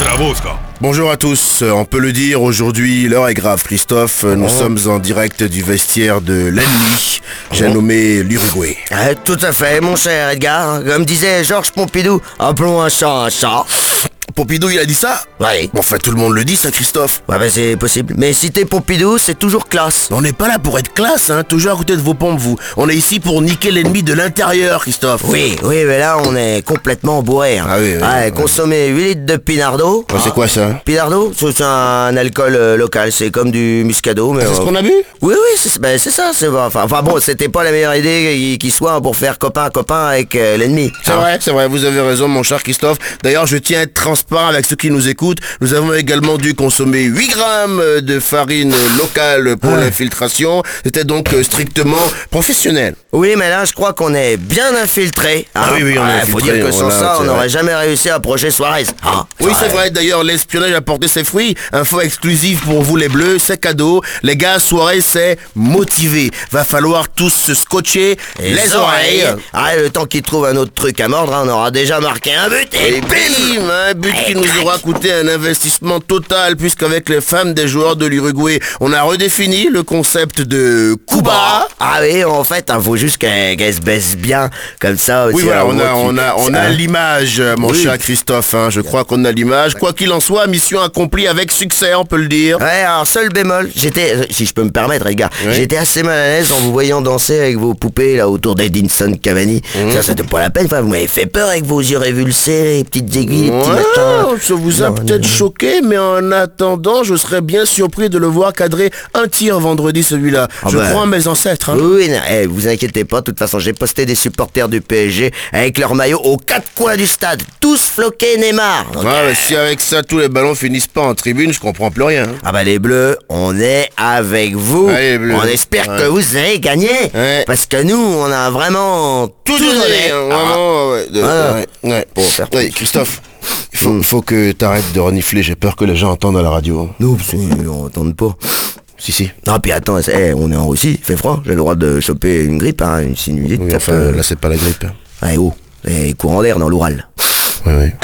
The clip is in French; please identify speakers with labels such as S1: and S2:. S1: Bravo, Oscar.
S2: Bonjour à tous, Euh, on peut le dire, aujourd'hui l'heure est grave Christophe, Euh, nous
S3: Oh.
S2: sommes en direct du vestiaire de l'ennemi,
S3: Oh.
S2: j'ai nommé l'Uruguay.
S4: Euh, tout à fait, mon cher Edgar. Comme disait Georges Pompidou, appelons un chat un chat.
S2: Pompidou il a dit ça
S4: Ouais.
S2: Bon, Enfin tout le monde le dit ça Christophe.
S4: Ouais, bah, c'est possible. Mais si t'es Pompidou, c'est toujours classe.
S2: On n'est pas là pour être classe, hein, toujours à côté de vos pompes vous. On est ici pour niquer l'ennemi de l'intérieur Christophe.
S4: Oui, oui, mais là, on est complètement bourré. hein.
S2: Ah oui, oui,
S4: Ouais,
S2: oui.
S4: consommer 8 litres de Pinardo.
S2: Ah, c'est quoi, ça
S4: Pinardo, c'est un alcool euh, local. C'est comme du muscado, mais...
S2: Ah, C'est ce
S4: euh,
S2: qu'on a bu
S4: Oui, oui, c'est ben, c'est ça. c'est- Enfin, enfin, bon, c'était pas la meilleure idée qui- qui soit pour faire copain-copain avec euh, l'ennemi.
S2: C'est vrai, c'est vrai, vous avez raison mon cher Christophe. D'ailleurs, je tiens à être transparent avec ceux qui nous écoutent. Nous avons également dû consommer 8 grammes euh, de farine locale pour l'infiltration. C'était donc euh, strictement professionnel.
S4: Oui, mais là, je crois qu'on est bien infiltré. hein.
S2: Ah oui, oui, on est
S4: Ouais, Faut
S2: infiltré,
S4: dire que sans
S2: voilà,
S4: ça, on
S2: c'est
S4: n'aurait
S2: vrai. Ah,
S4: jamais réussi à approcher Suarez. hein.
S2: Oui, c'est vrai. D'ailleurs, l'espionnage a porté ses fruits. Info exclusive pour vous les bleus, c'est cadeau. Les gars, soirée, c'est motivé. Va falloir tous se scotcher
S4: Et
S2: les oreilles.
S4: Ah, le temps qu'ils trouvent un autre truc à mordre, hein, on aura déjà marqué un but et,
S2: Et
S4: bim
S2: bim Un but qui nous aura coûté un investissement total, puisqu'avec les femmes des joueurs de l'Uruguay, on a redéfini le concept de Cuba.
S4: Ah oui, en fait, il faut juste qu'elle qu'elle se baisse bien, comme ça aussi.
S2: Oui, voilà,
S4: alors,
S2: on a,
S4: moi, tu-
S2: on a, on
S4: c'est-
S2: a
S4: hein.
S2: l'image, mon
S4: Oui.
S2: cher Christophe. hein. Je crois qu'on a l'image. Quoi qu'il en soit, mission accomplie avec succès, on peut le dire.
S4: Ouais, alors seul bémol, j'étais, euh, si je peux me permettre, les gars,
S2: Ouais.
S4: j'étais assez mal à l'aise en vous voyant danser avec vos poupées là autour d'Edinson Cavani.
S2: Mhm.
S4: Ça, c'était pas la peine, enfin, vous m'avez fait peur avec vos yeux révulsés, les petites aiguilles, les
S2: Ah,
S4: petits machins.
S2: Ouais, ça vous a peut-être choqué, mais en attendant, je serais bien surpris de le voir cadrer un tir vendredi celui-là.
S4: Ah
S2: je
S4: bah.
S2: crois en mes ancêtres. hein.
S4: Oui, oui, non, eh, vous inquiétez pas, de toute façon, j'ai posté des supporters du PSG avec leurs maillots aux quatre coins du stade, tous floqués Neymar. Donc,
S2: Ouais, mais si avec ça tous les ballons finissent pas en tribune, je comprends plus rien. hein.
S4: Ah bah les bleus, on est avec vous.
S2: Ah, les Bleus.
S4: On espère
S2: Ouais.
S4: que vous avez gagné.
S2: Ouais.
S4: Parce que nous, on a vraiment tout,
S2: Tout
S4: donné.
S2: donné, hein, vraiment, ouais, de-
S4: Ah.
S2: ouais, ouais. Hmm.
S4: Bon, faire-
S2: Ouais, Christophe, il faut, faut que t'arrêtes de renifler, j'ai peur que les gens entendent à la radio.
S4: Nous, parce que on tourne pas.
S2: Si, si.
S4: Ah puis attends, eh, on est en Russie, il fait froid, j'ai le droit de choper une grippe, hein, une sinusite.
S2: Oui,
S4: ça
S2: enfin,
S4: peut- Ah,
S2: là, c'est pas la grippe. hein.
S4: Ouais, oh, et courant d'air dans l'Oural.
S2: Ouais, ouais.